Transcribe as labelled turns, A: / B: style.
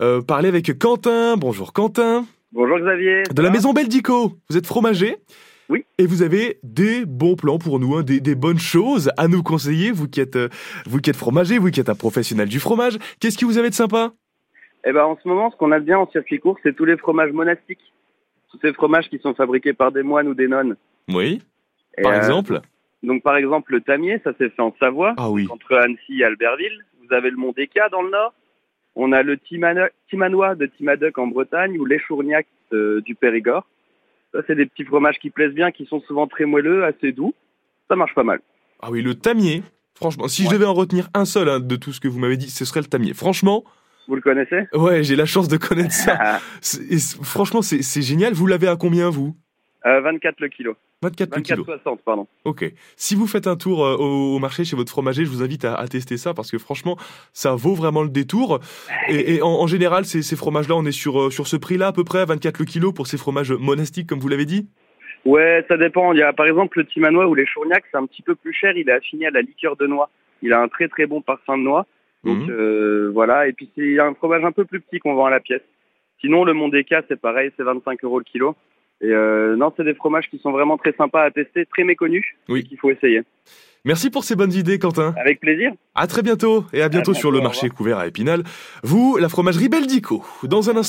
A: euh, parler avec Quentin. Bonjour Quentin.
B: Bonjour Xavier.
A: De la maison Beldico, vous êtes fromager
B: Oui.
A: Et vous avez des bons plans pour nous, hein, des, des bonnes choses à nous conseiller, vous qui êtes, euh, vous qui êtes fromager, vous qui êtes un professionnel du fromage. Qu'est-ce que vous avez de sympa
B: Eh ben en ce moment, ce qu'on a de bien en circuit court, c'est tous les fromages monastiques. Tous ces fromages qui sont fabriqués par des moines ou des nonnes.
A: Oui,
B: Et,
A: par
B: euh,
A: exemple
B: Donc par exemple le tamier, ça s'est fait en Savoie,
A: Ah oui.
B: entre Annecy et Albertville. Vous avez le mont d'Éca dans le nord. On a le Timano- Timanois de Timadoc en Bretagne ou l'échourgnac euh, du Périgord. Ça, c'est des petits fromages qui plaisent bien, qui sont souvent très moelleux, assez doux. Ça marche pas mal.
A: Ah oui, le tamier. Franchement, si je
B: Ouais.
A: devais en retenir un seul hein, de tout ce que vous m'avez dit, ce serait le tamier. Franchement,
B: Vous le connaissez
A: ouais, j'ai la chance de connaître ça. C'est- et c'est- franchement, c'est c'est génial. Vous l'avez à combien, vous
B: Euh, 24 le kilo.
A: 24 le kilo.
B: 24,60, pardon.
A: Ok. Si vous faites un tour euh, au au marché chez votre fromager, je vous invite à, à tester ça parce que franchement, ça vaut vraiment le détour. Et, et en, en général, ces, ces fromages-là, on est sur, euh, sur ce prix-là à peu près, 24 le kilo pour ces fromages monastiques, comme vous l'avez dit.
B: Ouais, ça dépend. Il y a par exemple le Timanois ou les Chourgnacs, c'est un petit peu plus cher. Il est affiné à la liqueur de noix. Il a un très très bon parfum de noix. Donc
A: Mhm.
B: euh, voilà. Et puis c'est un fromage un peu plus petit qu'on vend à la pièce. Sinon le Mondéca, c'est pareil, c'est 25 euros le kilo. Et euh, non, c'est des fromages qui sont vraiment très sympas à tester, très méconnus,
A: Oui.
B: et qu'il faut essayer.
A: Merci pour ces bonnes idées, Quentin.
B: Avec plaisir.
A: À très bientôt et à bientôt
B: bientôt,
A: sur le
B: au
A: marché couvert à Épinal. Vous, la fromagerie Beldico. Dans un instant.